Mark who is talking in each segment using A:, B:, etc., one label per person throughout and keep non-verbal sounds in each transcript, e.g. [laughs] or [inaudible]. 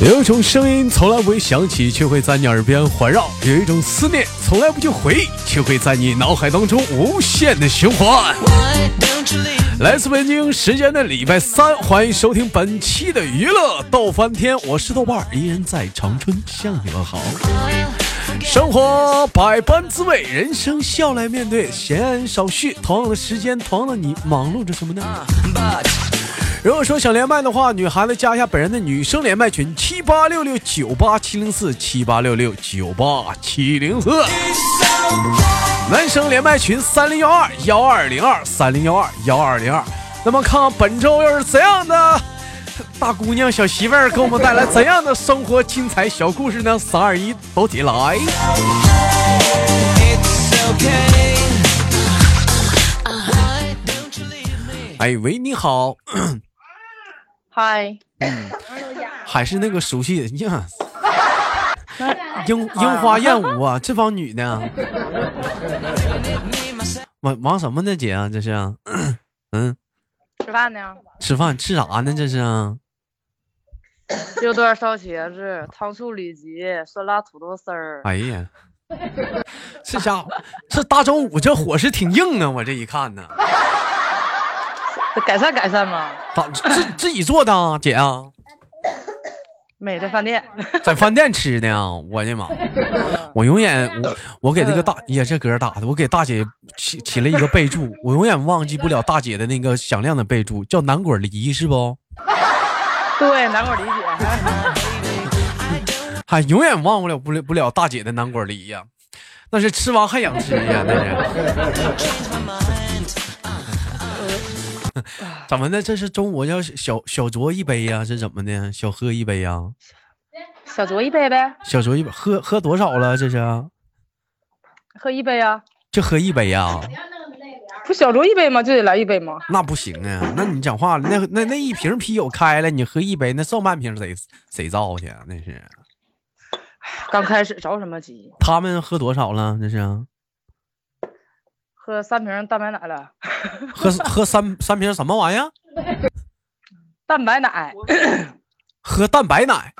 A: 有一种声音从来不会响起，却会在你耳边环绕；有一种思念从来不去回忆，却会在你脑海当中无限的循环。来自北京时间的礼拜三，欢迎收听本期的娱乐逗翻天，我是豆瓣儿，依然在长春向你们好。生活百般滋味，人生笑来面对，闲言少叙。同样的时间，同样的你，忙碌着什么呢？如果说想连麦的话，女孩子加一下本人的女生连麦群：七八六六九八七零四，七八六六九八七零四。男生连麦群：三零幺二幺二零二三零幺二幺二零二。那么看看本周又是怎样的大姑娘、小媳妇儿给我们带来怎样的生活精彩小故事呢？三二一，走起来！哎喂，你好，
B: 嗨，
A: 还是那个熟悉人呀，樱樱花艳舞啊，这帮女的， [laughs] 忙忙什么呢，姐啊？这是，嗯，
B: 吃饭呢？
A: 吃饭吃啥呢？这是啊，
B: [laughs] 六段烧茄子、糖醋里脊、酸辣土豆丝儿。
A: 哎呀，这家伙这大中午这伙食挺硬啊，我这一看呢，
B: 这改善改善嘛，
A: 咋自自己做的啊，姐啊？
B: 美在饭店。
A: 在饭店吃的啊！我的妈！我永远我我给那个大哎呀，这歌打的，我给大姐起起了一个备注，我永远忘记不了大姐的那个响亮的备注，叫南果梨是不？
B: 对，南瓜理 [laughs] 解。
A: 还永远忘不了不了不了大姐的南果梨呀、那是吃完还想吃呀，那是。 [laughs] 怎么的？这是中午要小小酌一杯呀、是怎么的？小喝一杯呀、
B: 小酌一杯呗，
A: 小酌一杯，喝喝多少了？这是？
B: 喝一杯啊？
A: 就喝一杯呀、
B: 不小酌一杯吗？就得来一杯吗？
A: 那不行啊！那你讲话了，那那那一瓶啤酒开了，你喝一杯，那上半瓶谁谁造去啊？那是
B: 刚开始着什么急？
A: 他们喝多少了？这是
B: 喝三瓶蛋白奶了，
A: 喝喝三三瓶什么玩意儿？
B: 蛋白奶
A: 喝蛋白奶？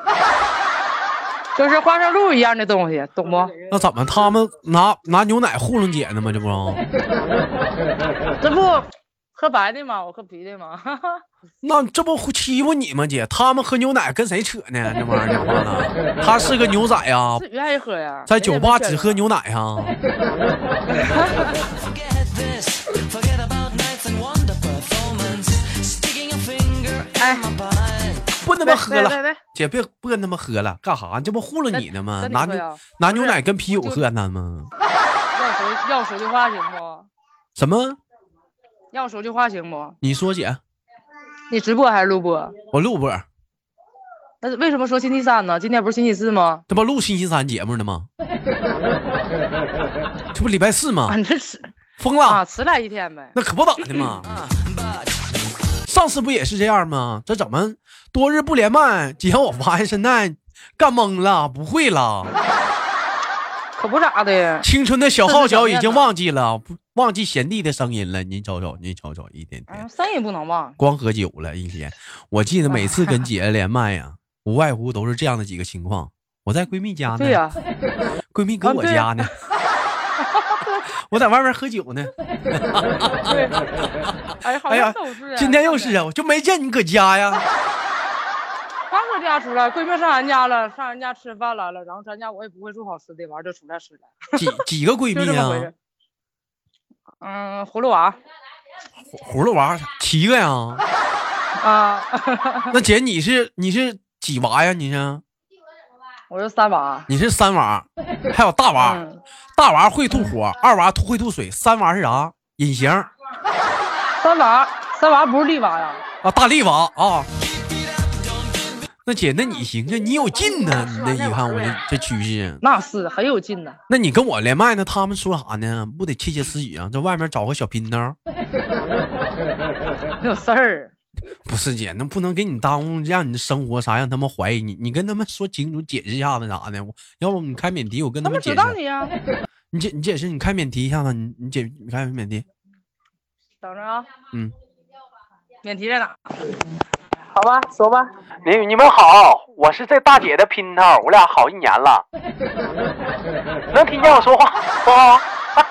B: 就是花生露一样的东西，懂不？
A: 那怎么他
B: [laughs]
A: 们拿拿牛奶糊弄姐呢吗？这不，
B: 这不喝白的吗？我喝啤的吗？ [laughs]
A: 那这不欺负你吗？姐，他们喝牛奶跟谁扯呢？这玩意儿讲话呢？他是个牛仔啊，
B: 自己愿意喝呀。
A: 在
B: 人家
A: 酒
B: 也
A: 吧
B: 没劝
A: 只喝牛奶啊。不他妈
B: 你。别
A: 喝
B: 别
A: 了。
B: 别别
A: 姐别不跟他们喝了，干啥？这不糊弄你呢吗？
B: 那
A: 拿
B: 那你喝
A: 牛
B: 呀
A: 拿
B: 不
A: 牛
B: 是
A: 奶跟啤酒
B: 就
A: 喝呢吗？
B: 要熟要熟就话行不？
A: 什么？
B: 要熟就话行不？
A: 你说姐，
B: 你直播还是录播？
A: 我录播，
B: 那为什么说星期三呢？今天不是星期四吗？
A: 这不录星期三节目呢吗？这不礼拜四吗
B: [laughs] 啊，？你这迟
A: 疯
B: 啊，
A: 了，
B: 迟来一天呗。
A: 那可不咋的嘛。
B: 嗯
A: 上次不也是这样吗？这怎么多日不连麦？今天我发现现在干懵了，不会了。
B: 可
A: [laughs]
B: 不咋的呀。
A: 青春的小
B: 这是
A: 号角
B: 表
A: 已
B: 面
A: 经
B: 呢
A: 忘记了，不忘记贤弟的声音了。您瞅瞅，您瞅瞅，一天天
B: 嗯，三也不能忘。
A: 光喝酒了一天。我记得每次跟姐连麦呀、无外乎都是这样的几个情况。我在闺蜜家呢，
B: 对呀、
A: 闺蜜搁
B: 啊
A: 我
B: 对
A: 家
B: 呀
A: 呢， [laughs] 我在外面喝酒呢。
B: 对。哎，好
A: 哎呀
B: 像都是啊。
A: 今天又是啊，我就没见你搁家呀。
B: 刚搁家出来，闺蜜上俺家了，上俺家吃饭来了，然后咱家我也不会做好吃的，完就出来吃了，
A: 几几个闺
B: 就这
A: 蜜
B: 么
A: 啊
B: 回？事。嗯，葫芦娃
A: 葫芦娃七个呀？
B: [laughs] 啊， [laughs]
A: 那姐你是你是几娃呀？你是
B: 我是三娃。
A: 你是三娃，还有大娃。
B: 嗯，
A: 大娃会吐火，二娃吐会吐水，三娃是啥？隐形啊，
B: 三娃，三娃不是丽娃呀？
A: 大力娃啊。那姐，那你行啊，你有劲呢、你这一看我这这趋势。啊
B: 那是很有劲的。
A: 那你跟我连麦呢？他们说啥呢？不得窃窃私语啊？在外面找个小姘头？
B: 没有事儿，
A: 不是姐，那不能给你耽误，让你的生活啥，让他们怀疑你。你跟他们说清楚，解释一下子啥的。我要不你开免提，我跟
B: 他们
A: 解
B: 知
A: 释。啊
B: 道你呀、
A: 你解你解释，你开免提一下子，你你解你开免提。
B: 等着啊，
A: 嗯，
B: 免提在哪？好吧，说吧。
C: 林雨，你们好，我是这大姐的姘头，我俩好一年了。能听见我说话不？哎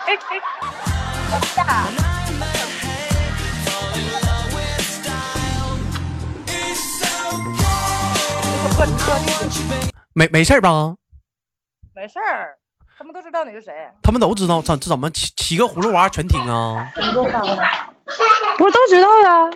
C: 哎
A: 没没事儿吧？
B: 没事儿，他们都知道你是谁，
A: 他们都知道，怎这怎么七七个葫芦娃全听啊？
B: 不是都知道呀？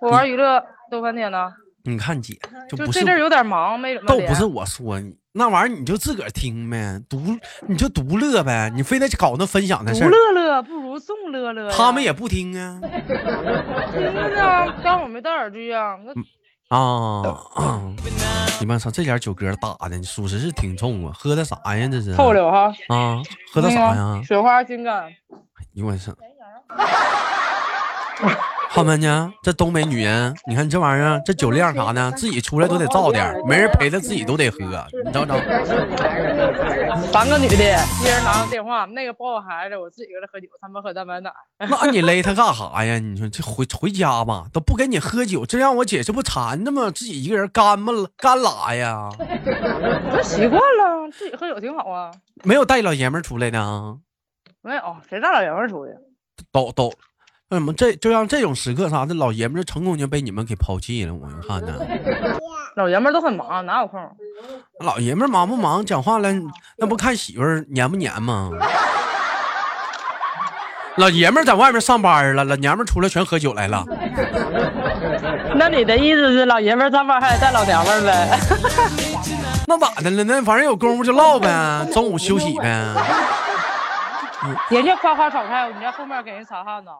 B: 我玩娱乐豆翻天呢，
A: 你看姐，就
B: 就
A: 不是
B: 这阵儿有点忙，没怎么
A: 都
B: 连
A: 不是我说你那玩意儿，你就自个儿听呗，独你就独乐呗，你非得搞那分享的事
B: 独
A: 儿，
B: 乐乐不如众乐乐呀。
A: 他们也不听啊
B: 听着呢，但啊我没戴耳机啊。那
A: 啊！啊你们操，这点酒歌打的，属实是挺冲啊！喝的啥呀？这是
B: 透溜哈，
A: 啊？喝的啥呀？
B: 雪花金刚，
A: 你我操！浩们呢？这东北女人，你看你这玩意儿，这酒量啥的，自己出来都得造点儿，没人陪着自己都得喝，你知道不知道？
B: 三个女的，一人拿个电话，那个抱个孩子，我自己搁这喝酒，他们喝蛋白奶。
A: [laughs] 那你勒他干啥呀？你说这回回家吧，都不给你喝酒，这让我姐这不馋的吗？自己一个人干巴了干拉呀？
B: 我习惯了，自己喝酒挺好啊。
A: 没有带老爷们儿出来的啊，
B: 没有，谁大老爷们儿出去？
A: 都都。那什么，这就让这种时刻啥的，老爷们儿成功就被你们给抛弃了。我就看呢，
B: 老爷们儿都很忙，啊哪有空？
A: 老爷们儿忙不忙？讲话了，那不看媳妇儿黏不黏吗？老爷们儿在外面上班了，老娘们儿出来全喝酒来了。
B: 那你的意思是老爷们儿上班还得带老娘们儿呗？
A: 那咋的了？那反正有功夫就唠呗，中午休息呗。
B: [laughs] 人家夸夸炒菜，你在后面给人擦汗呢。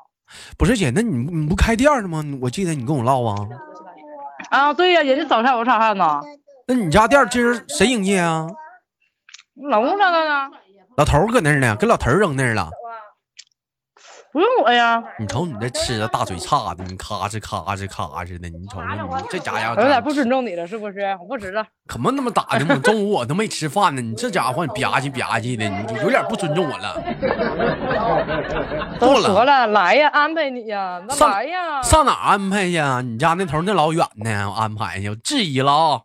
A: 不是姐，那你你不开店了吗？我记得你跟我唠啊。
B: 啊，对呀、人家早上我擦汗呢。
A: 那你家店今儿谁营业啊？
B: 老公上干呢？
A: 老头儿搁那儿呢，跟老头儿扔那儿了。
B: 不用我呀，
A: 你瞅你这吃的大嘴叉子，你咔哧咔哧咔哧的，你瞅瞅你这家
B: 我有点
A: 伙，
B: 哎不尊重你了，是不是？我不知道。
A: 可么那么打的
B: [laughs]
A: 吗？中午我都没吃饭呢，你这家伙你吧唧吧唧的，你有点不尊重我了。
B: 都
A: 够了
B: 说了，来呀，安排你呀，那
A: 上
B: 来呀，
A: 上哪儿安排去啊？你家那头那老远呢，我安排去，我质疑了啊、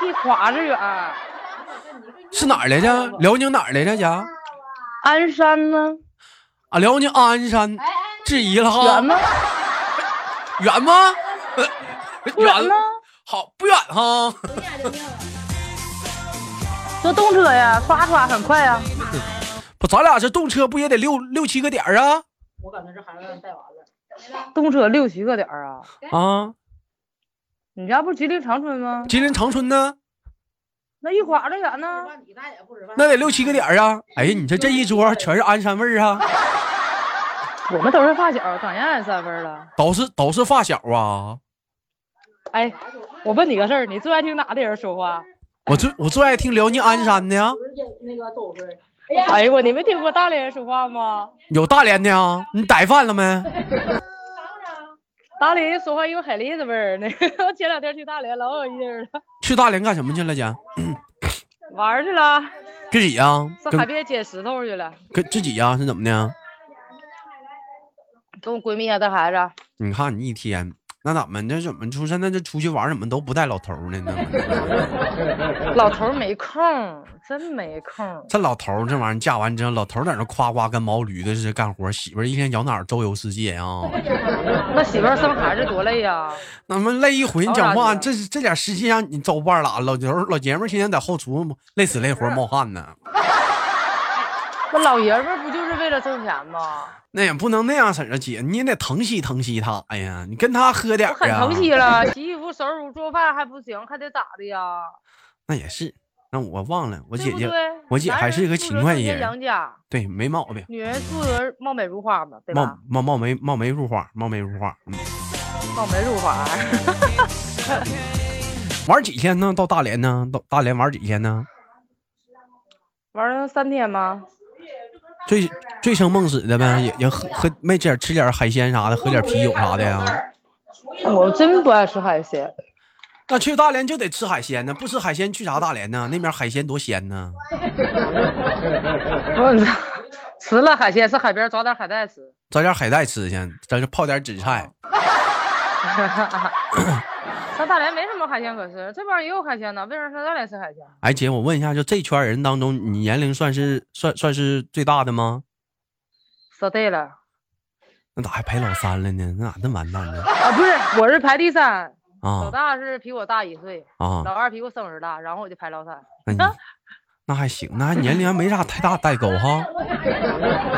B: 一垮着远，
A: 是哪儿来着？辽宁哪儿来着？家
B: 鞍山呢，
A: 啊，辽宁鞍山，质疑了啊哈、
B: 远吗？
A: 远吗？呃
B: 不远吗？
A: 好，不远哈。
B: 坐动车呀，刷刷很快呀。
A: 不，咱俩这动车不也得六六七个点儿啊？
B: 动车六七个点儿啊，
A: 啊，
B: 你家不吉林长春吗？
A: 吉林长春呢，
B: 那一垮着远呢，
A: 那得六七个点儿啊。哎呀，你这这一桌全是鞍山味儿啊，
B: 我们都是发小，当然也三分了。
A: 都是都是发小啊。
B: 哎，我问你个事儿，你最爱听哪的人说话？
A: 我最我最爱听辽宁鞍山的呀，
B: 哎呦我，你没听过大连人说话吗？
A: 有大连的啊。你逮饭了没？
B: 大连人说话有海蛎子味儿呢。 [laughs] 我前两天去大连，老有意思了，
A: 去大连干什么去了，姐？
B: 玩儿去了，
A: 跟谁呀？
B: 上海
A: 跟
B: 边捡石头去了，
A: 跟自己呀？是怎么的？
B: 跟我闺蜜家带孩子。
A: 你看你一天。那咱们这怎么出？现在这出去玩儿怎么都不带老头儿呢？那
B: 老头儿没空儿，真没空儿。
A: 这老头儿这玩意儿嫁完之后，老头儿在那夸夸跟毛驴子似的干活，媳妇儿一天摇哪儿周游世界啊？
B: 那媳妇儿生孩子多累呀、
A: 那么累一回，你讲
B: 当
A: 话
B: 然了
A: 这这点时间让你遭半拉，老头儿老爷们儿天天在后厨累死累活冒汗呢，
B: 那老爷们儿不就是为了挣钱吗？
A: 那也不能那样式儿啊，姐，你也得疼惜疼惜他。哎呀，你跟他喝点
B: 我
A: 儿
B: 很
A: 啊
B: 疼，惜了，洗衣服、收拾屋、做饭还不行，还得咋的呀？
A: 那也是。那我忘了，我姐
B: 对不
A: 姐，
B: 对？
A: 我姐还是个勤快
B: 男
A: 人
B: 人养家，
A: 对，没毛病，
B: 女人素德貌美如花嘛，对
A: 貌
B: 吧？
A: 貌貌眉貌眉如花，貌眉如花。嗯，
B: 貌美如花， [laughs]
A: 玩几天呢？到大连呢？到大连玩几天呢？
B: 玩了三天吗？
A: 醉醉生梦死的呗，也也喝喝没点吃点海鲜啥的，喝点啤酒啥的呀。
B: [laughs] 我真不爱吃海鲜，
A: 那去大连就得吃海鲜呢，不吃海鲜去啥大连呢？那边海鲜多鲜呢。
B: 我吃了海鲜是海边找点海带吃， [coughs]
A: 找点海带吃去，咱就泡点紫菜。
B: 上大连没什么海鲜可吃，这边也有海鲜呢，为啥上大连吃海鲜？啊
A: 哎，姐，我问一下，就这圈人当中，你年龄算是算算是最大的吗？
B: 说对了
A: 那咋还排老三了呢？那咋那完蛋呢？
B: 啊，不是，我是排第三，老
A: 啊
B: 大是比我大一岁，
A: 啊
B: 老，二比我生日大，然后我就排老三。
A: 那你那还行，那还年龄还没啥太大代沟哈。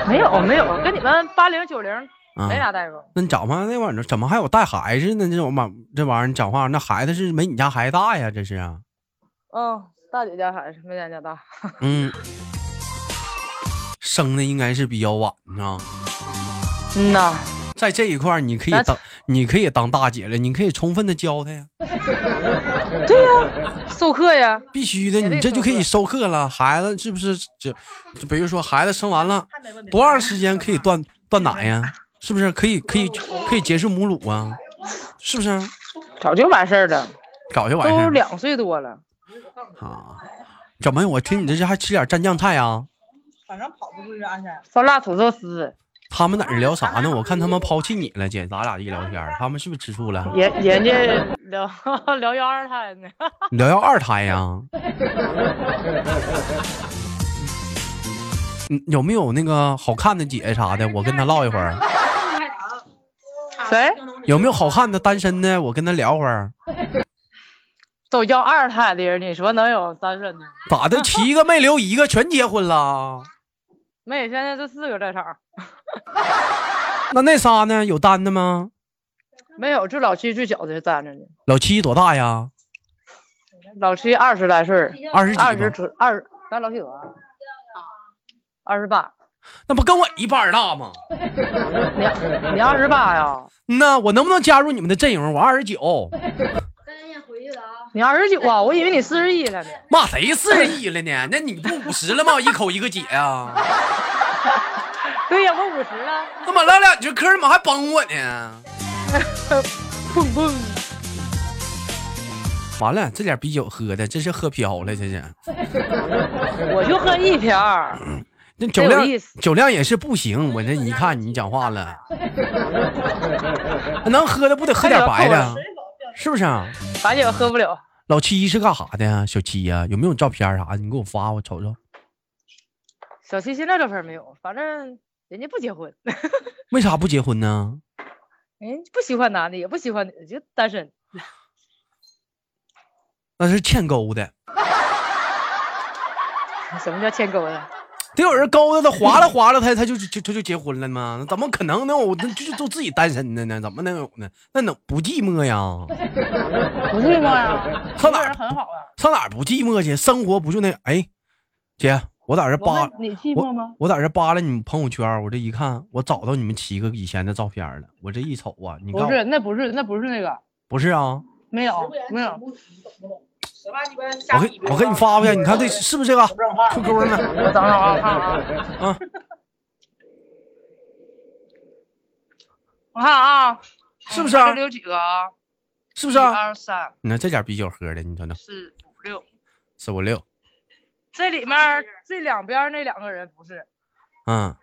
B: 没有没有，跟你们八零九零
A: 啊，
B: 没啥代沟。
A: 那你怎么那玩意儿怎么还有带孩子呢？这种玩这玩意儿，你讲话那孩子是没你家孩子大呀？这是啊，
B: 嗯，大姐家还是没咱家大。
A: 嗯，生的应该是比较晚啊。
B: 嗯呐，
A: 在这一块儿，你可以
B: 那
A: 当，你可以当大姐了，你可以充分的教她呀，
B: 对呀、授课呀。
A: 必须的，
B: 也得
A: 你这就可以授课了。孩子是不是这？就比如说孩子生完了，多长时间可以断断奶呀？是不是可以可以可以结束母乳啊？是不是？
B: 早就完事儿了，
A: 搞就完事
B: 都
A: 儿了
B: 两岁多了。
A: 啊？怎么？我听你这是还吃点蘸酱菜啊？
B: 酸辣土豆丝，
A: 他们在这聊啥呢？我看他们抛弃你了，姐，咱俩一聊天儿，他们是不是吃醋了？
B: [laughs] 人人家聊 [laughs] 聊幺二胎呢。
A: 你聊要二胎呀？嗯有没有那个好看的姐啥的？我跟她唠一会儿。
B: 谁？
A: 有没有好看的单身的？我跟她聊会儿。
B: 都要二胎的人，你说能有单身的？
A: 咋的？七个没留一个，全结婚了？
B: 没，现在就四个在场，
A: 那那仨呢？有单的吗？
B: 没有，就老七最小的就单着呢。
A: 老七多大呀？
B: 老七二十来岁儿，
A: 二十几
B: 二十
A: 吗？
B: 出二，咱老七多少？二十八，
A: 那不跟我一半儿大吗？
B: 你你二十八呀？
A: 那我能不能加入你们的阵营？我二十九，
D: 赶紧回去了啊！
B: 你二十九啊？我以为你四十一了呢。
A: 骂谁四十一了呢？那你不五十了吗？一口一个姐啊？
B: 对呀，我五十了。
A: 怎么唠两句嗑儿怎么还崩我呢？
B: 砰砰！
A: 完了，这点啤酒喝的，这是喝飘了，这是。
B: 我就喝一瓶儿，
A: 那酒量
B: 没有意思
A: 酒量也是不行，我这一看你讲话了， [laughs] 能喝的不得喝点白的，啊是不是啊？
B: 反正我喝不了。
A: 老七是干啥的呀？小七呀、有没有照片啥的？你给我发，我瞅瞅。
B: 小七现在照片没有，反正人家不结婚，
A: 为啥不结婚呢？
B: 人家不喜欢男的，也不喜欢女的，就单身。
A: 那是欠勾的，
B: [laughs] 什么叫欠勾呀？
A: 得有人勾搭他，划拉划拉他，他就 [laughs] 就他就结婚了吗？那怎么可能呢？我那就就都自己单身的呢，怎么能有呢？那能不寂寞呀？
B: 不是吗？
A: [laughs]
B: 呀，
A: 上哪儿
B: 很好
A: [laughs]
B: 啊。
A: 上哪儿不寂寞去？生活不就那？哎，姐，我在这
B: 我
A: 扒
B: 问，你寂
A: 我
B: 寞吗？
A: 我在这扒拉你们朋友圈儿，我这一看，我找到你们七个以前的照片儿了。我这一瞅啊，你看
B: 不是，那不是，那不是那个，
A: 不是啊？
B: 没有，没有。
A: 我给我给你发过去，你看这是不是这个 QQ 呢？
B: 我等等啊，我看看啊。
A: 啊，
B: [laughs] 我看啊，
A: 是不是啊
B: 这里有几个啊？
A: [laughs] 是不是
B: 不 [laughs]
A: 啊？
B: 二三
A: 你看这家啤酒喝的，你瞅瞅，
B: 四五六，
A: 四五六，
B: 这里面儿这两边儿那两个人不是？
A: 嗯，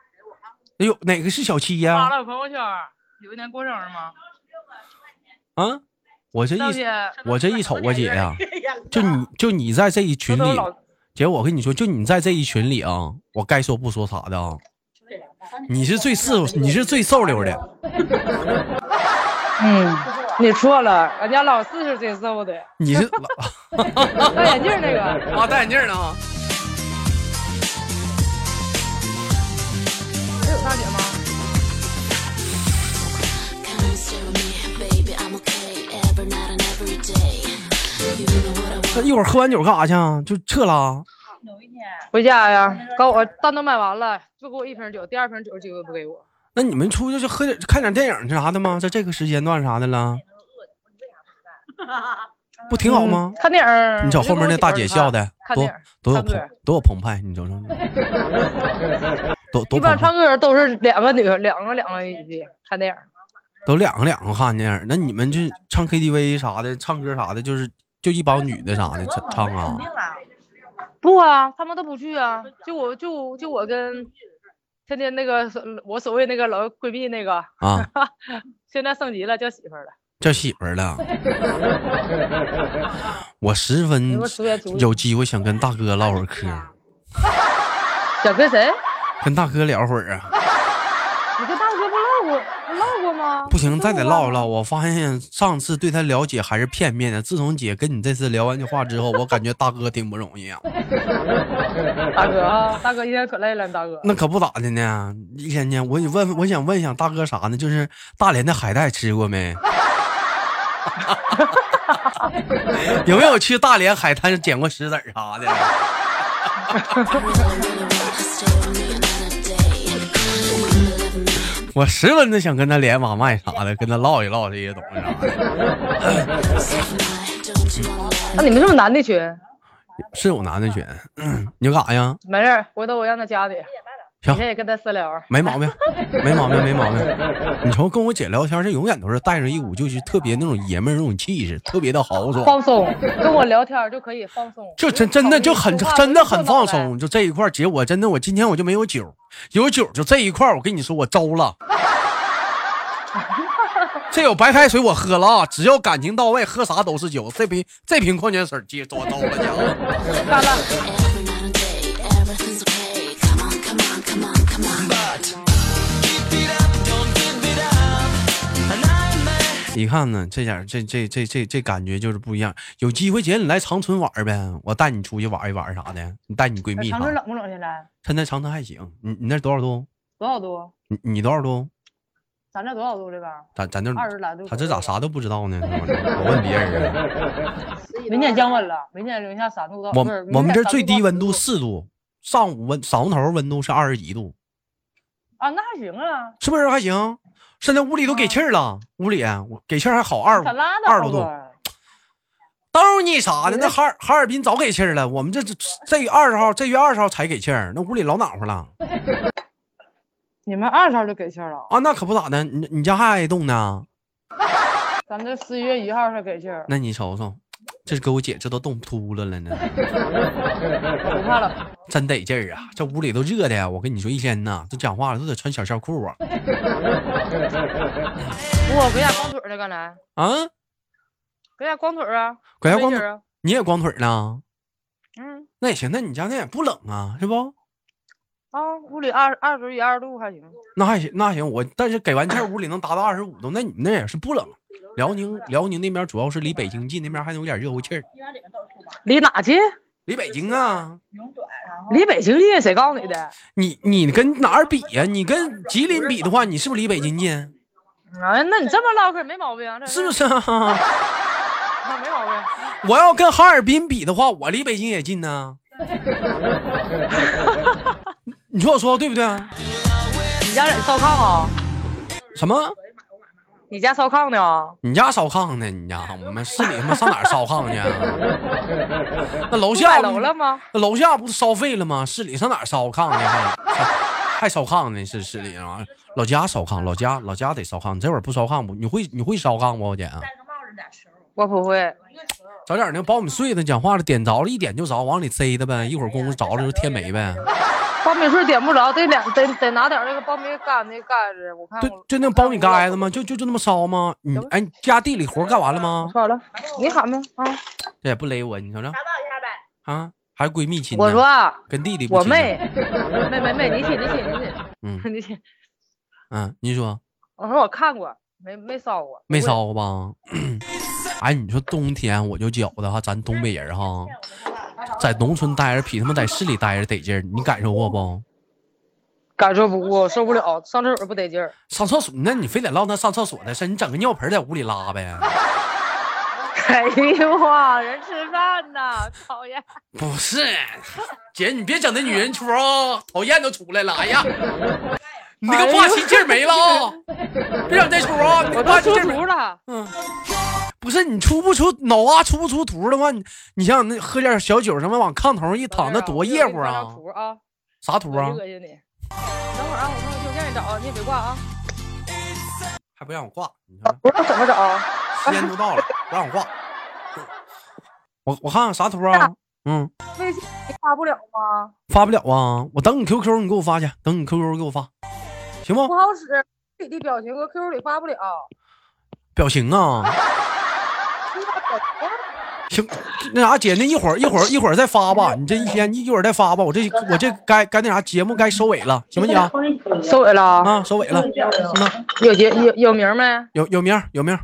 A: 哎呦，哪个是小七呀
B: 发、了朋友圈儿，有一年过生日吗？
A: 啊？我这
B: 那
A: 一
B: 天
A: 我这一瞅啊，姐呀、就你就你在这一群
B: 都
A: 里，
B: 老
A: 姐，我跟你说，就你在这一群里啊，我该说不说啥的啊，你是最瘦，你是最瘦溜的。
B: 嗯，你错了，人家老四是最
A: [laughs]
B: 瘦的，
A: 你是
B: 戴眼镜那
A: [laughs]
B: 个。
A: 啊，戴眼镜呢啊。
B: 这有大姐吗？
A: 那一会儿喝完酒干啥去啊？就撤了啊？
B: 回家呀，给我蛋都买完了，就给我一瓶酒，第二瓶酒几乎不给我。
A: 那你们出去就喝点看点电影去啥的吗？在这个时间段啥的
B: [laughs]
A: 了，不挺好吗？
B: 嗯看电影儿。
A: 你瞅后面那大姐笑的
B: 嗯看
A: 多
B: 电影儿
A: 多有
B: 唱歌
A: 澎多有澎湃，你瞅瞅你，
B: [laughs]
A: 多多
B: 一般
A: 澎湃
B: 唱，歌人都是两个女，两个两个一起看电影儿。
A: 都两个两个看去。那你们就唱 KTV 啥的，唱歌啥的，就是就一帮女的啥的唱唱啊。
B: 不啊，他们都不去啊，就我就就我跟天天那个所我所谓那个老闺蜜那个，
A: 啊，
B: 现在升级了叫媳妇儿了。
A: 叫媳妇儿
B: [laughs]
A: 了。我十分
B: 我出来主意
A: 有机会想跟大哥唠会儿嗑，
B: 想跟谁？
A: 跟大哥聊会儿啊。
B: 你跟大哥不唠过不唠过吗？
A: 不行，再得唠一
B: 唠。
A: 唠。我发现上次对他了解还是片面的，自从姐跟你这次聊完这话之后，我感觉大哥挺不容易啊。
B: 大哥啊，大哥今天可累了，大哥。
A: 那可不咋的呢，一天天我问，我想问一下大哥啥呢？就是大连的海带吃过没？ [laughs] 有没有去大连海滩捡过石子儿啥的？ [laughs] 我十分的想跟他连把麦啥的，跟他唠一唠这些东西啊啥的，
B: 那、你们是不是男的群？
A: 是有男的群。嗯， [clears throat] 你干啥呀？
B: 没事儿，回头我让他加你。
A: 行
B: 你先也跟他私聊。
A: 没毛病，没毛病，没毛病。你瞅跟我姐聊天，这永远都是带着一股就是特别那种爷们儿那种气势，特别的豪爽。
B: 放松，跟我聊天儿就可以放松。
A: 就真真的就很
B: 说话
A: 真的
B: 不
A: 很
B: 用动脑
A: 放
B: 袋。
A: 松，就这一块儿姐，我真的我今天我就没有酒，有酒就这一块儿，我跟你说我糟了。这有白开水我喝了啊，只要感情到位，喝啥都是酒。这瓶这瓶矿泉水儿接着我糟了，家伙。
B: 干了，
A: 你看呢，这点儿这这这这这感觉就是不一样。有机会姐你来长春玩儿呗，我带你出去玩一玩啥的，你带你闺蜜啥
B: 呃长
A: 的
B: 春。冷不冷？现在
A: 现在长春还行，你你那多少度？
B: 多少度？
A: 你你多少度？
B: 咱这多少度这边？
A: 咱咱这
B: 20来度
A: 嗯他这咋
B: 左右
A: 啥都不知道
B: [laughs]
A: 呢？我问别人啊，
B: 明天降温了，明天零下三度到。
A: 我
B: 哦不是明
A: 我们
B: 天
A: 这
B: 三
A: 最
B: 到
A: 低温
B: 10
A: 度四度，上午温晌午头温度是二十一度，
B: 啊，那还行啊。
A: 是不是还行？现在屋里都给气儿了，屋里啊我给气儿还好二
B: 嗯可拉倒吧
A: 二十多度，逗你啥呢？那哈尔哈尔滨早给气儿了，我们这这这二十号这月二十号才给气儿，那屋里老暖和了
B: 你们二十号就给气儿了，
A: 啊！那可不咋的，你你家还挨冻呢？
B: 咱这十一月一号才给气儿，
A: 那你瞅瞅，这给我姐这都冻秃噜了呢。
B: 不怕冷。
A: 真得劲儿啊！这屋里都热的呀，我跟你说，一天呐，都讲话了都得穿小校裤啊！
B: 我搁家光腿儿呢，刚才
A: 啊，
B: 搁家光腿儿啊，
A: 搁家
B: 没
A: 光
B: 劲
A: 腿
B: 儿
A: 儿，
B: 啊。
A: 你也光腿儿呢？
B: 嗯
A: 那也行，那你家那也不冷啊，是不？
B: 啊，屋里二二十一二度还行。
A: 那还行，那行，我但是给完气儿，屋里能达到二十五度，那你们那也是不冷。啊辽宁辽宁那边主要是离北京近，那边还有点热乎气儿。
B: 离哪近？
A: 离北京啊，
B: 离北京近？谁告诉你的？
A: 你你跟哪儿比呀、你跟吉林比的话，你是不是离北京近？
B: 啊，那你这么唠嗑没毛病啊，这
A: 是不是 [laughs] 啊？
B: 那 [laughs] 没毛病。
A: 我要跟哈尔滨比的话，我离北京也近呢。你说我说对不对？啊？
B: 你家人烧炕啊？
A: 什么？
B: 你家烧炕呢啊？
A: 你家烧炕呢？你家我们市里他妈上哪儿烧炕去啊？那楼
B: 不
A: 下
B: 买楼了？吗？
A: 那楼下不是烧废了吗？市里上哪儿烧炕去？还还烧炕呢？是市里啊？老家烧炕，老家老家得烧炕。你这会儿不烧炕不？你会你会烧炕不，姐？
B: 我不会。
A: 找点那个苞米穗子，讲话了，点着了，一点就着，往里塞的呗。一会儿功夫着了就添煤呗。
B: 苞米穗点不着，得两得得拿点那个苞米杆那杆子，我看
A: 对
B: 啊我，
A: 就那苞米杆子吗？就就就那么烧吗？你哎，你家地里活干完了吗？
B: 好了，你喊呗啊！
A: 这也不勒我，你瞅瞅啊，还是闺蜜亲呢。
B: 我说啊
A: 跟弟弟不
B: 我
A: 亲呢
B: 妹，妹妹妹，你起你起你
A: 嗯
B: 起你起，
A: 嗯，你说
B: 我说我看过，没没烧过，
A: 没烧过吧？ [coughs] 哎，你说冬天我就觉得哈，咱东北人哈，在农村待着比他妈在市里待着得劲儿，你感受过不？
B: 感受不过，受不了，上厕所不得劲儿， [laughs]
A: 上厕所，那你非得唠那上厕所的事儿，你整个尿盆在屋里拉呗？
B: 哎呦哇，人吃饭呢，讨厌。
A: 不是，姐，你别整那女人出啊、讨厌都出来了。哎呀，你那个霸气劲儿没了啊、别整这出啊、你那
B: 我都
A: 霸气
B: 出
A: 劲儿没
B: 图了，
A: 不是你出不出脑瓜出不出图的话，你你想想那喝点小酒什么，往炕头上一躺，那多热乎
B: 啊！
A: 啊！
B: 图啊，
A: 啥图啊
B: 我就？恶心你。等会儿啊，我上我去我让你找啊，你也别挂啊。
A: 还不让我挂，你看
B: 我说怎么找啊？
A: 时间都到了，不让我挂。我我看看啥图啊？嗯，
B: 微信你发不了吗？
A: 发不了啊。我等你 QQ，你给我发去，等你 QQ 给我发，行不
B: 不？好使，自己的表情搁 QQ 里发不了。
A: 表情啊。行，那啥姐，那一会儿一会儿一会儿再发吧，你这一天一会儿再发吧，我这我这该该那啥节目该收尾了，行不行啊？
B: 收尾了啊，
A: 啊，收尾了，那
B: 有节有有名没？
A: 有有名儿有名儿，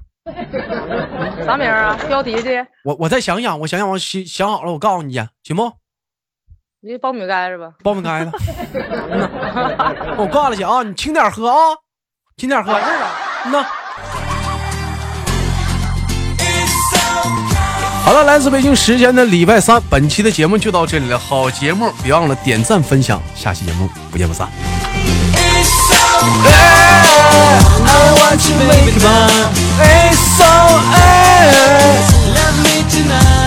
B: 啥名啊？标题的，
A: 我我再想想，我想想，我想想好了，我告诉你去，行不？
B: 你就苞米盖是吧？
A: 苞米开了，嗯我挂了去啊，你轻点儿喝啊，轻点儿喝，嗯呐。好了，来自北京时间的礼拜三，本期的节目就到这里了。好节目，别忘了点赞分享，下期节目不见不散。
E: Let me tonight